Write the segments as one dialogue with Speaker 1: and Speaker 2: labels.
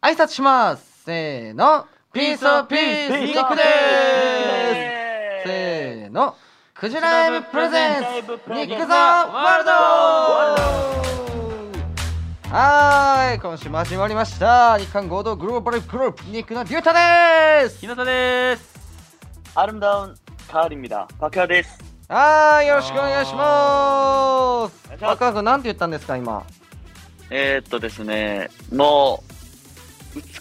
Speaker 1: 挨拶しますせーのピースオブピースニックですせーのクジライブプレゼンツニックザワールドはーい今週も始まりました日韓合同グローバルグループニックのリュウタです
Speaker 2: ひなたです。
Speaker 3: 아름다운가을입니다박효です
Speaker 1: はーいよろしくお願いします
Speaker 3: お願いします
Speaker 1: 赤くなんて言ったんですか今
Speaker 3: えー、っとですねもう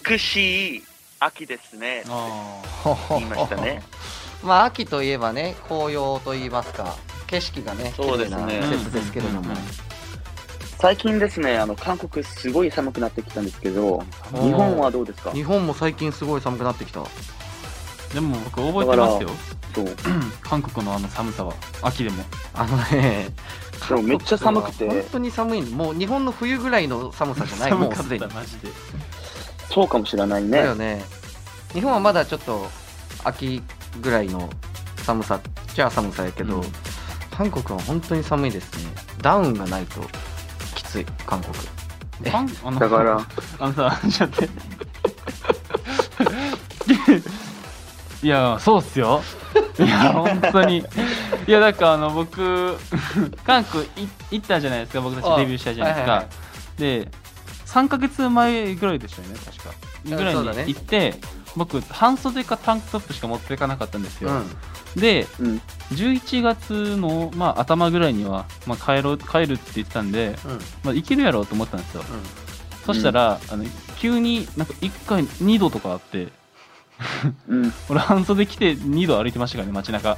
Speaker 3: 美しい秋ですね
Speaker 2: あ
Speaker 3: 言いましたね
Speaker 1: まあ秋といえばね紅葉といいますか景色がね
Speaker 3: そうですね
Speaker 1: 綺麗な季節ですけれども、
Speaker 3: 最近ですねあの韓国すごい寒くなってきたんですけど日本はどうですか
Speaker 1: 日本も最近すごい寒くなってきた
Speaker 2: でも僕覚えてますよ。
Speaker 3: そうで
Speaker 2: 韓国のあの寒さは秋でも。
Speaker 1: あのね
Speaker 3: もめっちゃ寒く
Speaker 1: 本
Speaker 3: て
Speaker 1: 当に寒いのもう日本の冬ぐらいの寒さじゃない
Speaker 2: 寒
Speaker 1: もう
Speaker 2: かった
Speaker 1: すでに、
Speaker 2: マジで。
Speaker 3: そうかもしれない
Speaker 1: だよ
Speaker 3: ね
Speaker 1: ね日本はまだちょっと秋ぐらいの寒さじゃあ寒さやけど、
Speaker 2: うん
Speaker 1: 韓国は本当に寒いですねダウンがないときつい韓国え
Speaker 2: 韓あの
Speaker 3: だから。
Speaker 2: あのさ、ちょっと待って。いや、そうっすよ。いや、本当に。いや、なんかあの僕、韓国い行ったじゃないですか、僕たちデビューしたじゃないですか。
Speaker 1: はいはいは
Speaker 2: で、3ヶ月前ぐらいでしたよね、確か。
Speaker 1: うん
Speaker 2: ぐらい
Speaker 1: そうだね
Speaker 2: に行って、僕、半袖かタンクトップしか持っていかなかったんですよ。で、
Speaker 3: うん
Speaker 2: 11月の、まあ、頭ぐらいには、まあ、帰ろう帰るって言ってたんで、
Speaker 1: うんうん
Speaker 2: まあ、行けるやろうと思ったんですよ。
Speaker 1: うん
Speaker 2: そしたら、あの急になんか1回2度とかあって
Speaker 3: うん
Speaker 2: 俺半袖着て2度歩いてましたからね街 中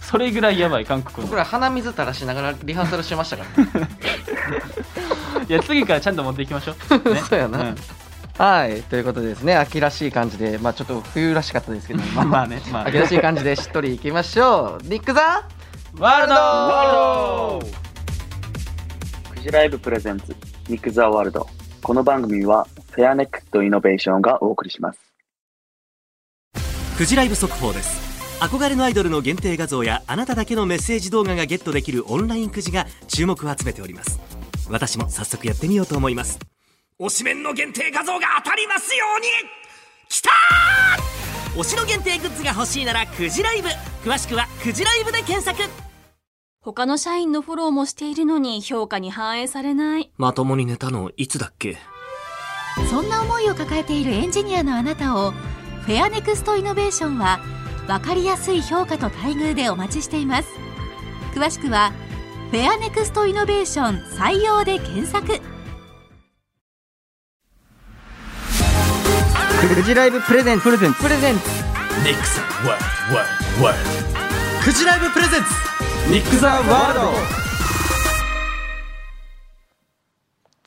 Speaker 2: それぐらいやばい韓国
Speaker 1: 僕
Speaker 2: の
Speaker 1: ら鼻水垂らしながらリハーサルしてましたから、
Speaker 2: いや次からちゃんと持っていきま しょう、
Speaker 1: ね、そうや
Speaker 2: う
Speaker 1: な、
Speaker 2: ん、
Speaker 1: はいということでですね秋らしい感じでまあちょっと冬らしかったですけど
Speaker 2: まあま
Speaker 1: ま
Speaker 2: あねま
Speaker 1: あ
Speaker 2: あ
Speaker 1: 秋らしい感じでしっとりいきましょうニック・ザ・
Speaker 2: ワールド
Speaker 1: ワール
Speaker 3: クジライブプレゼンツニック・ザ・ワールドこの番組はフェアネックとイノベーションがお送りします
Speaker 4: フジライブ速報です憧れのアイドルの限定画像やあなただけのメッセージ動画がゲットできるオンラインくじが注目を集めております私も早速やってみようと思います推しメンの限定画像が当たりますようにきたー推しの限定グッズが欲しいならくじライブ詳しくはくじライブで検索
Speaker 5: 他の社員のフォローもしているのに評価に反映されない。
Speaker 4: まともに寝たのいつだっけ
Speaker 6: そんな思いを抱えているエンジニアのあなたをフェアネクストイノベーションは分かりやすい評価と待遇でお待ちしています詳しくはフェアネクストイノベーション採用で検索
Speaker 1: クジライブプレゼンツプレゼンツプレゼンツ
Speaker 4: ネックスワールドワールドワールドくじライブプレゼンツ
Speaker 2: ニック・ザ・ワールド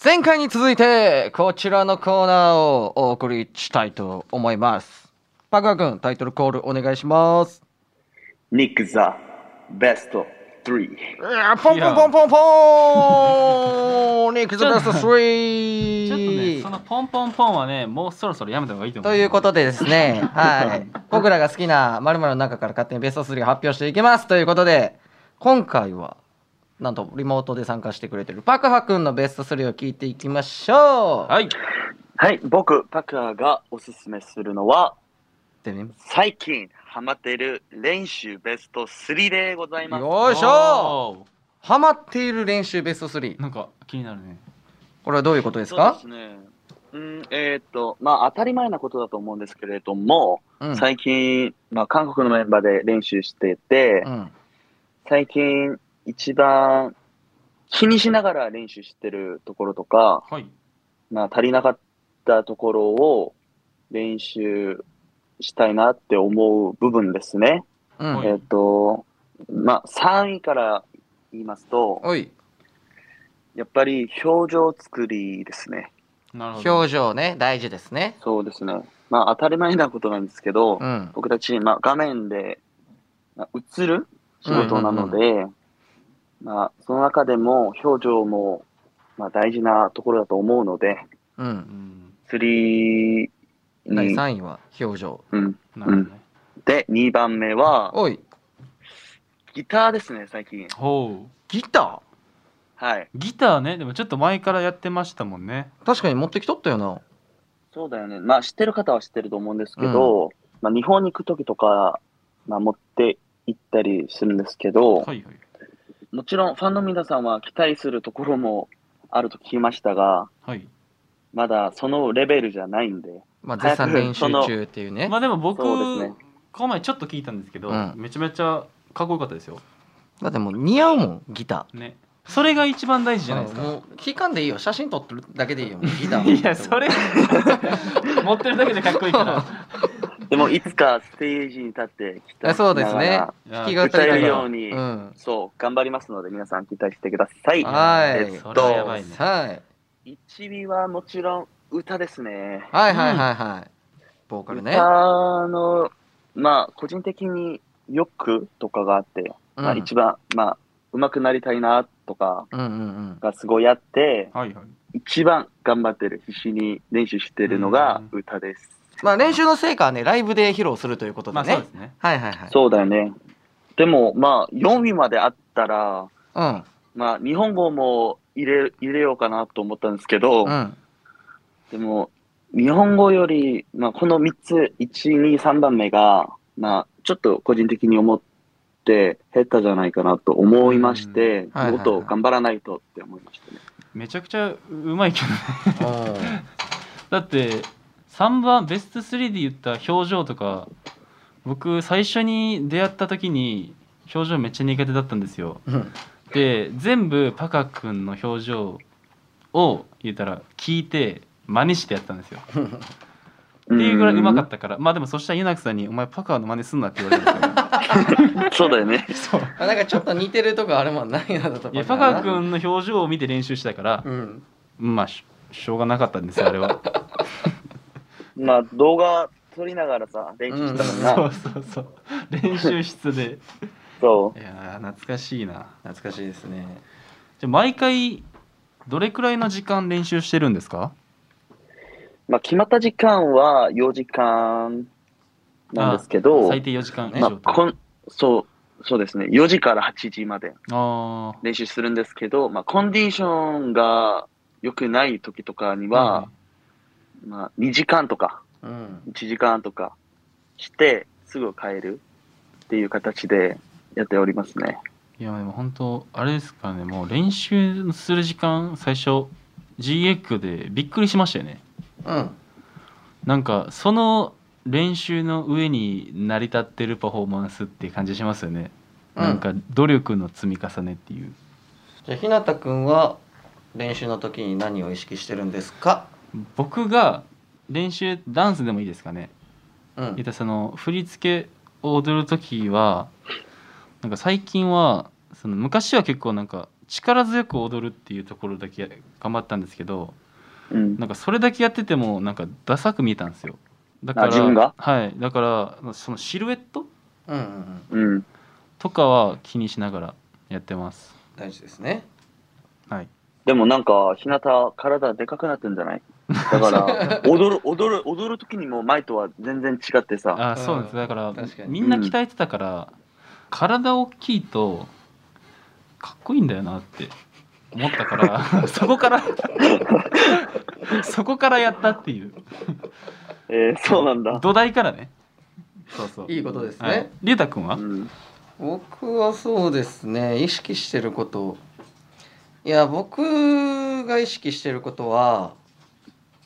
Speaker 1: 前回に続いてこちらのコーナーをお送りしたいと思いますパクワ君タイトルコールお願いします
Speaker 3: ニック・ザ・ベスト3
Speaker 1: いやーポンポンポンポンポンニック・ザ・ベスト3
Speaker 2: ちょっとねそのポンポンポンはねもうそろそろやめた方がいいと思う
Speaker 1: ということでです ね、はい、僕らが好きな〇〇の中から勝手にベスト3を発表していきますということで、今回は、なんとリモートで参加してくれてるパクハ君のベスト3を聞いていきましょう。
Speaker 2: はい
Speaker 3: はい、僕、パクアがおすすめするのは、
Speaker 1: でね
Speaker 3: 最近ハマっている練習ベスト3でございます。
Speaker 1: よいしょ
Speaker 2: お
Speaker 1: ハマっている練習ベスト3
Speaker 2: ー。なんか気になるね
Speaker 1: これはどういうことです
Speaker 3: そう
Speaker 1: か
Speaker 3: ですね。うん、えーっと、まあ当たり前なことだと思うんですけれども、
Speaker 1: うん。
Speaker 3: 最近、まあ韓国のメンバーで練習してて、
Speaker 1: うん。
Speaker 3: 最近一番気にしながら練習してるところとか、
Speaker 2: はい
Speaker 3: まあ足りなかったところを練習したいなって思う部分ですね。
Speaker 1: う
Speaker 2: は
Speaker 1: ん。
Speaker 2: い
Speaker 3: えっ、と、まあ、3位から言いますと、
Speaker 1: おい、
Speaker 3: やっぱり表情作りですね。
Speaker 2: なるほど
Speaker 1: 表情ね、大事ですね。
Speaker 3: そうですね。まあ、当たり前なことなんですけど、
Speaker 1: うん。
Speaker 3: 僕たち、まあ、画面で、まあ、映る仕事なので、まあ、その中でも表情も、まあ、大事なところだと思うので、
Speaker 1: う。
Speaker 2: うんん
Speaker 3: 3
Speaker 1: 第
Speaker 3: に、
Speaker 1: 3位は表情。
Speaker 3: うん。
Speaker 2: なるほどね、
Speaker 3: で、2番目は、
Speaker 1: おい、
Speaker 3: ギターですね、最近。
Speaker 2: ほ
Speaker 1: ギタ
Speaker 3: はい。
Speaker 2: うギターねでもちょっと前からやってましたもんね
Speaker 1: ー確かに持ってきとったよな。
Speaker 3: そうだよね。まあ知ってる方は知ってると思うんですけど、まあ日本に行く時とか、まあ持って行ったりするんですけど、
Speaker 2: はいはい。
Speaker 3: もちろんファンの皆さんは期待するところもあると聞きましたが、
Speaker 2: はい。
Speaker 3: まだそのレベルじゃないんで、
Speaker 1: まあ、絶賛練習中っていうね
Speaker 2: ま。あでも僕、
Speaker 3: そうですね
Speaker 2: この前ちょっと聞いたんですけど、
Speaker 1: うん
Speaker 2: めちゃめちゃかっこよかったですよ。
Speaker 1: だってもう似合うもん、ギター。
Speaker 2: ね。それが一番大事じゃないです
Speaker 1: うん
Speaker 2: か。
Speaker 1: もう聞かんでいいよ。写真撮ってるだけでいい よ。ギターも
Speaker 2: い や、それ、持ってるだけでかっこいいから。
Speaker 3: でもいつかステージに立って期待し
Speaker 1: そうです
Speaker 3: なが
Speaker 1: ね
Speaker 3: ら、
Speaker 2: いや
Speaker 1: 弾き語り
Speaker 3: 歌えるように、
Speaker 1: うん。
Speaker 3: そう、頑張りますので皆さん期待してください。
Speaker 1: はい
Speaker 3: えっ
Speaker 2: それはや
Speaker 3: と
Speaker 2: ば、いね。
Speaker 1: はい。
Speaker 3: 一尾はもちろん歌ですね。
Speaker 1: はいはいはいはい。ボーカルね。
Speaker 3: 歌の、まあ、個人的によくとかがあって、まあ、
Speaker 1: うん
Speaker 3: 一番、まあ、上手くなりたいなとか
Speaker 1: うんうん
Speaker 3: がすごいあって、
Speaker 2: はいはい。
Speaker 3: 一番頑張ってる、必死に練習してるのが歌です。
Speaker 1: まあ練習の成果はね、ライブで披露するということ
Speaker 2: ま
Speaker 1: で
Speaker 2: あそう
Speaker 1: ね
Speaker 2: です。ね。
Speaker 1: はいはいはい。
Speaker 3: そうだよね。でも、まあ、4位まであったら、
Speaker 1: うん。
Speaker 3: まあ、日本語も入れ入れようかなと思ったんですけど、
Speaker 1: うん。
Speaker 3: でも、日本語より、まあ、この3つ、1、2、3番目が、まあ、ちょっと個人的に思って、減ったじゃないかなと思いまして、
Speaker 1: はいはいはい
Speaker 3: もっと頑張らないとって思いましたね。
Speaker 2: めちゃくちゃうまいけどね。
Speaker 1: おー
Speaker 2: だって、3番、ベスト3で言った表情とか、僕、最初に出会った時に、表情めっちゃ苦手だったんですよ。
Speaker 1: うん
Speaker 2: で全部パカ君の表情を言ったら聞いて真似してやったんですよっていうぐらいうまかったからまあでもそしたらユナクさんに「お前パカの真似すんな」って言われたんですよ
Speaker 3: た。そうだよね。
Speaker 1: あなんかちょっと似てるとこあれもんないなとか。
Speaker 2: いやパカ君の表情を見て練習したから
Speaker 1: うん。
Speaker 2: まあししょうがなかったんですよあれは
Speaker 3: まあ、動画撮りながらさ、練習したから な。
Speaker 2: そうそうそう練習室で
Speaker 3: そ
Speaker 2: いやー懐かしいな
Speaker 1: 懐かしいですね。
Speaker 2: じゃあ毎回どれくらいの時間練習してるんですか
Speaker 3: う。まあ、決まった時間は4時間なんですけど、
Speaker 2: 最低4時間以
Speaker 3: ま
Speaker 2: 上
Speaker 3: あ
Speaker 2: と、
Speaker 3: こんそう、そうですね。4時から8時まで。
Speaker 2: あー
Speaker 3: 練習するんですけど、まあ、コンディションが良くない時とかには、まあ、2時間とか
Speaker 1: うん。
Speaker 3: 1時間とかしてすぐ帰るっていう形でやっておりますね。
Speaker 2: いやでも本当あれですからねもう練習する時間最初 g エッグでびっくりしましたよね
Speaker 1: うん。
Speaker 2: なんかその練習の上に成り立ってるパフォーマンスって感じしますよね、
Speaker 1: うん
Speaker 2: なんか努力の積み重ねっていう
Speaker 1: じゃあ、ひなたくんは練習の時に何を意識してるんですか
Speaker 2: 僕が練習ダンスでもいいですかね
Speaker 1: う
Speaker 2: い
Speaker 1: ん。
Speaker 2: たその振り付けを踊る時はなんか最近はその昔は結構なんか力強く踊るっていうところだけ頑張ったんですけど
Speaker 3: うん、
Speaker 2: なんかそれだけやっててもなんかダサく見えたんですよだから
Speaker 3: あ自分が
Speaker 2: はいだからそのシルエット
Speaker 1: うんうんうん。
Speaker 3: うん、
Speaker 2: とかは気にしながらやってます
Speaker 1: 大事ですね。
Speaker 2: はい
Speaker 3: でもなんか日向体でかくなってんじゃないだから 踊る踊る踊る時にも前とは全然違ってさ
Speaker 2: あ
Speaker 1: うん
Speaker 2: そうなんですだから
Speaker 1: 確かに
Speaker 2: みんな鍛えてたから、体大きいとかっこいいんだよなって思ったから そこから そこからやったっていう
Speaker 3: えーそうなんだ、
Speaker 2: 土台からねそうそう
Speaker 1: いいことですね
Speaker 2: はいりゅうたくんは、
Speaker 3: うん、
Speaker 1: 僕はそうですね意識してることいや僕が意識してることは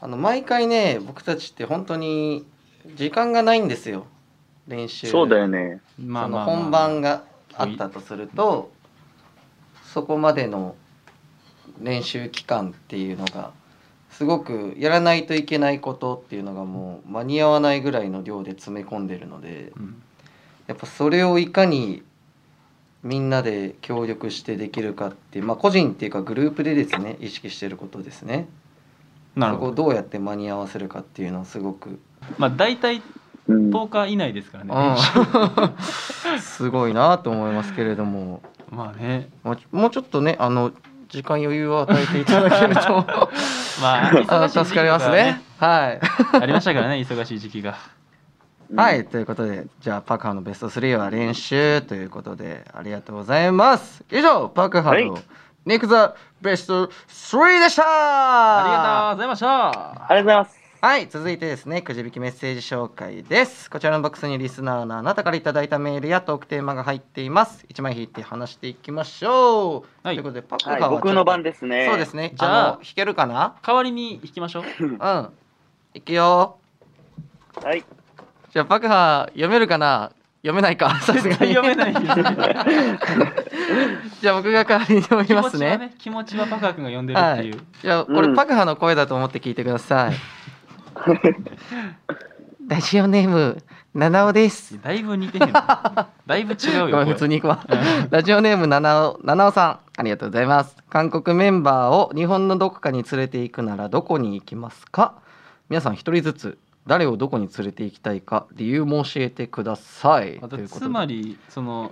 Speaker 1: あの毎回ね僕たちって本当に時間がないんですよ練習
Speaker 3: そうだよね
Speaker 2: ま
Speaker 1: その本番があったとするとそこまでの練習期間っていうのがすごくやらないといけないことっていうのがもう間に合わないぐらいの量で詰め込んでるので。
Speaker 2: うん
Speaker 1: やっぱそれをいかにみんなで協力してできるかって、まあ、個人っていうかグループでですね意識してることですね
Speaker 2: なる
Speaker 1: そこ
Speaker 2: ほ
Speaker 1: を
Speaker 2: ど
Speaker 1: どうやって間に合わせるかっていうのをすごく、
Speaker 2: まあ大体
Speaker 3: うん
Speaker 2: 10日以内ですからね、
Speaker 1: すごいなと思いますけれども
Speaker 2: まあね
Speaker 1: もうちもうちょっとねあの時間余裕を与えていただける と
Speaker 2: まあ
Speaker 1: あ
Speaker 2: 忙しい時期と
Speaker 1: 助かりますね。はい、
Speaker 2: ありましたからね忙しい時期が
Speaker 1: はいということでじゃあパクハのベスト3は練習ということでありがとうございます以上パクハ
Speaker 3: はい
Speaker 1: のネクザベスト3でした
Speaker 2: ありがとうございました
Speaker 3: ありがとうございます
Speaker 1: はい、続いてですね、くじ引きメッセージ紹介です。こちらのボックスにリスナーのあなたからいただいたメールやトークテーマが入っています。一枚引いて話していきましょう。
Speaker 2: はい
Speaker 1: ということで、パクカ
Speaker 3: はい、
Speaker 1: は
Speaker 3: 僕の番
Speaker 1: で
Speaker 3: ですね。
Speaker 1: そうですね。じ
Speaker 2: じゃあ
Speaker 1: ゃあ、弾けるかな
Speaker 2: 代わりに引きましょう。
Speaker 1: うん。いくよ。
Speaker 3: はい。
Speaker 1: じゃあ、パクハ読めるかな読めないか。 さすがに
Speaker 2: 読めないですね。
Speaker 1: じゃあ、僕が代わりに読み
Speaker 2: 気
Speaker 1: ま
Speaker 2: 持
Speaker 1: す
Speaker 2: ち
Speaker 1: ね
Speaker 2: は。ね、気持ちはパカ君が呼んでる
Speaker 1: は
Speaker 2: って
Speaker 1: い
Speaker 2: いう。。
Speaker 1: じゃあ、こ
Speaker 3: う
Speaker 1: れ
Speaker 3: ん
Speaker 1: パクハの声だと思って聞いてくだ さい。ラジオネーム、七尾です。
Speaker 2: だいぶ似てへんわ。だいぶ違う
Speaker 1: ごめ
Speaker 2: よ。
Speaker 1: ん普通
Speaker 2: に。
Speaker 1: に行くわ
Speaker 2: う
Speaker 1: ラジオネーム七尾七尾さんありがとうございます韓国メンバーを日本のどこかに連れて行くならどこに行きますか皆さん一人ずつ誰をどこに連れて行きたいか理由も教えてください
Speaker 2: あ
Speaker 1: と
Speaker 2: と
Speaker 1: いうことで
Speaker 2: つまり、その、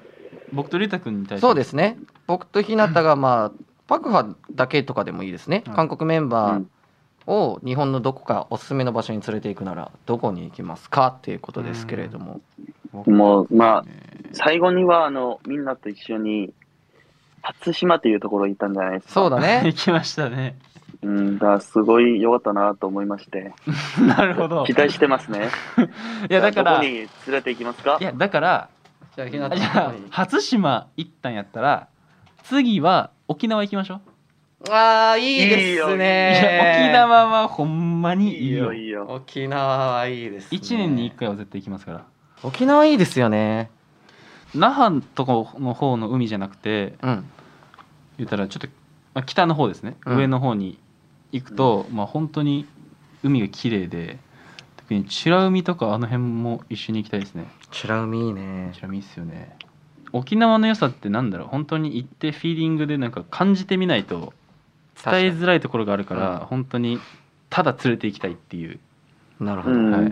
Speaker 2: 僕とリタ君に対して。
Speaker 1: そうですね僕と日向がまあパクハだけとかでもいいですね、
Speaker 2: うん
Speaker 1: 韓国メンバーを日本のどこかおすすめの場所に連れて行くならどこに行きますかっていうことですけれども、
Speaker 2: 僕。
Speaker 3: もう、まあ、
Speaker 2: ね
Speaker 3: 最後には、あの、みんなと一緒に、初島というところに行ったんじゃないですか。
Speaker 1: そうだね
Speaker 2: 行きましたね。
Speaker 3: うん、だからすごい良かったなと思いまして、
Speaker 2: なるほど。
Speaker 3: 期待してますね。
Speaker 2: いや、だか
Speaker 3: ど
Speaker 2: ら、
Speaker 3: こ
Speaker 2: い
Speaker 3: に連れて行きますか
Speaker 2: や、だから、
Speaker 1: じゃあ日向
Speaker 2: じゃあ、初島行ったんやったら、次は沖縄行きましょう。
Speaker 1: あーいいです
Speaker 2: いや
Speaker 1: ね
Speaker 2: 沖縄はほんまにいいよ。
Speaker 3: いいよ。
Speaker 1: 沖縄はいいです、ね、
Speaker 2: 1年に1回は絶対行きますから。
Speaker 1: 沖縄いいですよね
Speaker 2: 那覇とかの方の海じゃなくて、
Speaker 1: うん
Speaker 2: 言ったらちょっと、まあ、北の方ですね、
Speaker 1: うん
Speaker 2: 上の方に行くと、まあ本当に海が綺麗で特に美ら海とかあの辺も一緒に行きたいですね
Speaker 1: 美ら海いいね
Speaker 2: 美ら海いいっすよね沖縄の良さってなんだろう本当に行ってフィーリングでなんか感じてみないと伝えづらいところがあるから
Speaker 1: うん
Speaker 2: 本当にただ連れて行きたいっていう、
Speaker 1: なるほ
Speaker 3: う
Speaker 1: ど、
Speaker 3: ん。
Speaker 2: は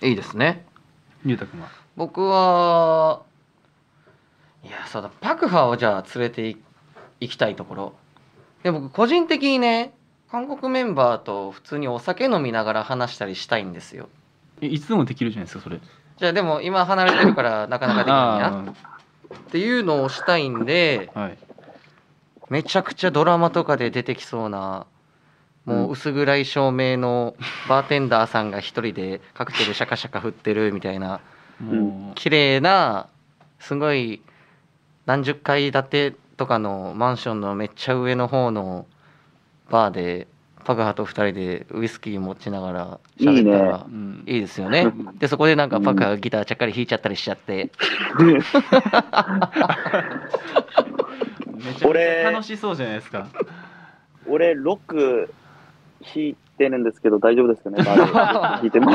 Speaker 2: い
Speaker 1: いいですね
Speaker 2: 裕太君は
Speaker 1: 僕はいやそうだパクハをじゃあ連れてい行きたいところで僕個人的にね韓国メンバーと普通にお酒飲みながら話したりしたいんですよ
Speaker 2: えいつでもできるじゃないですかそれ
Speaker 1: じゃあでも今離れてるからなかなかできないな
Speaker 2: あ
Speaker 1: っていうのをしたいんで
Speaker 2: あはい
Speaker 1: めちゃくちゃドラマとかで出てきそうなもう薄暗い照明のバーテンダーさんが一人でカクテルシャカシャカ振ってるみたいな
Speaker 2: も
Speaker 1: 綺麗なすごい何十階建てとかのマンションのめっちゃ上の方のバーでパグハと二人でウイスキー持ちながら喋ったら
Speaker 2: う、うん
Speaker 1: いいですよね。でそこでなんかパグハがギターちゃっかり弾いちゃったりしちゃって
Speaker 2: めちゃくちゃ楽しそうじゃないですか
Speaker 3: 俺、ロック弾いてるんですけど、大丈夫ですか ねバージョン弾いても。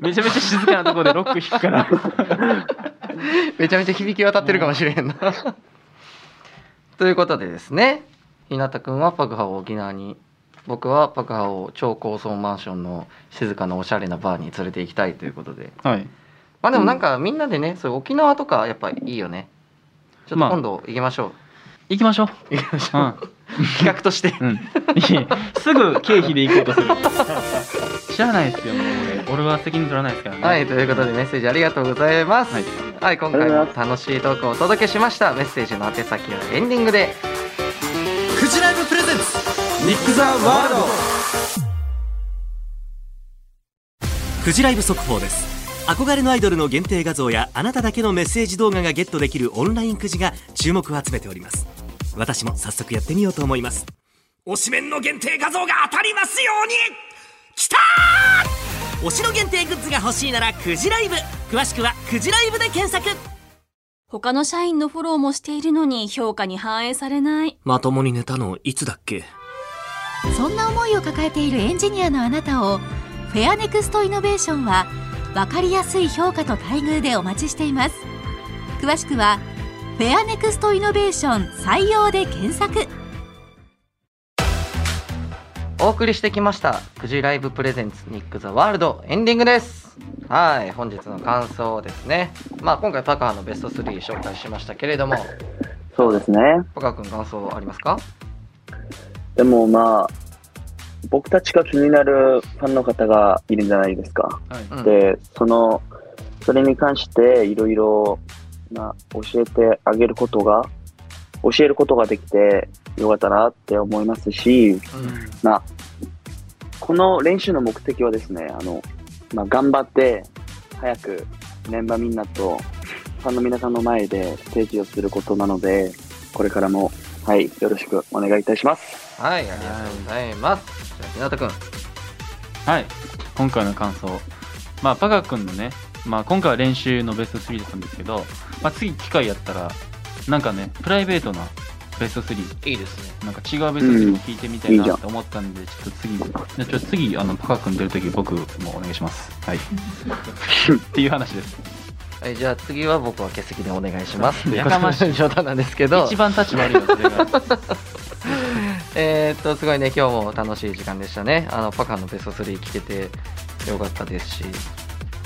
Speaker 2: めちゃめちゃ静かなところでロック弾くから
Speaker 1: めちゃめちゃ響き渡ってるかもしれへんな。ということでですね日向くんはパクハを沖縄に僕はパクハを超高層マンションの静かなおしゃれなバーに連れて行きたいということで
Speaker 2: はい。
Speaker 1: まあでもなんかみんなでね、そういう沖縄とかやっぱいいよねちょっと
Speaker 2: まあ
Speaker 1: 今度行きましょう、
Speaker 2: 行きましょう。
Speaker 1: 行きまし
Speaker 2: う。
Speaker 1: ょうん企画と して
Speaker 2: うん。いえすぐ経費で行こうとす る。知らないですよ、もう俺。俺は責任取らないですからね。
Speaker 1: はいということでメッセージありがとうございますは
Speaker 2: はいい、
Speaker 1: 今回も楽しいトークをお届けしましたメッセージの宛先はエンディングで
Speaker 4: クジライブプレゼンツニック・ザ・ワールドクジライブ速報です憧れのアイドルの限定画像やあなただけのメッセージ動画がゲットできるオンラインくじが注目を集めております私も早速やってみようと思います推しメンの限定画像が当たりますようにきたー推しの限定グッズが欲しいならくじライブ詳しくはくじライブで検索
Speaker 5: 他の社員のフォローもしているのに評価に反映されない。
Speaker 4: まともに寝たのいつだっけ
Speaker 6: そんな思いを抱えているエンジニアのあなたをフェアネクストイノベーションは分かりやすい評価と待遇でお待ちしています詳しくは「フェアネクストイノベーション採用」で検索
Speaker 1: お送りしてきました「くじライブプレゼンツニック・ザ・ワールド」エンディングですはい本日の感想ですねまあ今回パカハのベスト3紹介しましたけれども
Speaker 3: そうですね。
Speaker 1: パカハ君感想ありますか
Speaker 3: でもまあ、僕たちが気になるファンの方がいるんじゃないですか。
Speaker 2: はい。
Speaker 1: うん
Speaker 3: で、その、それに関していろいろ、まあ、教えてあげることが、教えることができてよかったなって思いますし、
Speaker 1: うん
Speaker 3: まあ、この練習の目的はですね、あの、まあ、頑張って、早くメンバーみんなと、ファンの皆さんの前でステージをすることなので、これからも、はい、よろしくお願いいたします。
Speaker 1: はい、ありがとうございます。じゃあ、ひなたくん。
Speaker 2: はい今回の感想まあパカ君のね、まあ、今回は練習のベスト3だったんですけど、まあ、次機会やったらなんかねプライベートなベスト3
Speaker 1: いいですね。
Speaker 2: なんか違うベスト3も聞いてみたいなって思ったんで、ちょっと次じゃあちょっと次あのパカ君出るとき僕もお願いしますはいっていう話です
Speaker 1: はい、じゃあ次は僕は欠席でお願いします。
Speaker 2: やかましい
Speaker 1: 冗談なんですけど
Speaker 2: 一、番立ち悪いのそれが
Speaker 1: えーっと、すごいね、今日も楽しい時間でしたね。あの、パカのベスト3聞けてよかったですし、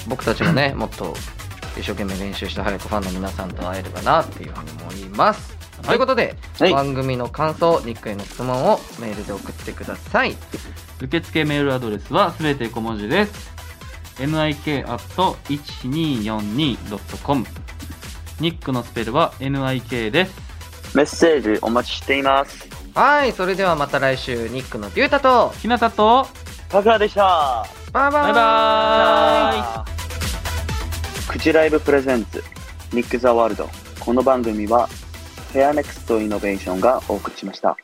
Speaker 1: 僕たちも ね、もっと一生懸命練習して早くファンの皆さんと会えればなっていうふうに思います。
Speaker 2: い
Speaker 1: ということで、
Speaker 3: はい
Speaker 1: 番組の感想、ニックへの質問をメールで送ってください。
Speaker 2: 受付メールアドレスはすべて小文字です。nik.1242.com ニックのスペルは nik です。
Speaker 3: メッセージお待ちしています。
Speaker 1: はい、それではまた来週、ニックのデュータと、
Speaker 2: ひなたと、
Speaker 3: パクラでした。
Speaker 1: バイバー
Speaker 2: バイバーイ
Speaker 3: クジライブプレゼンツ、ニック・ザ・ワールド。この番組は、フェアネクストイノベーションがお送りしました。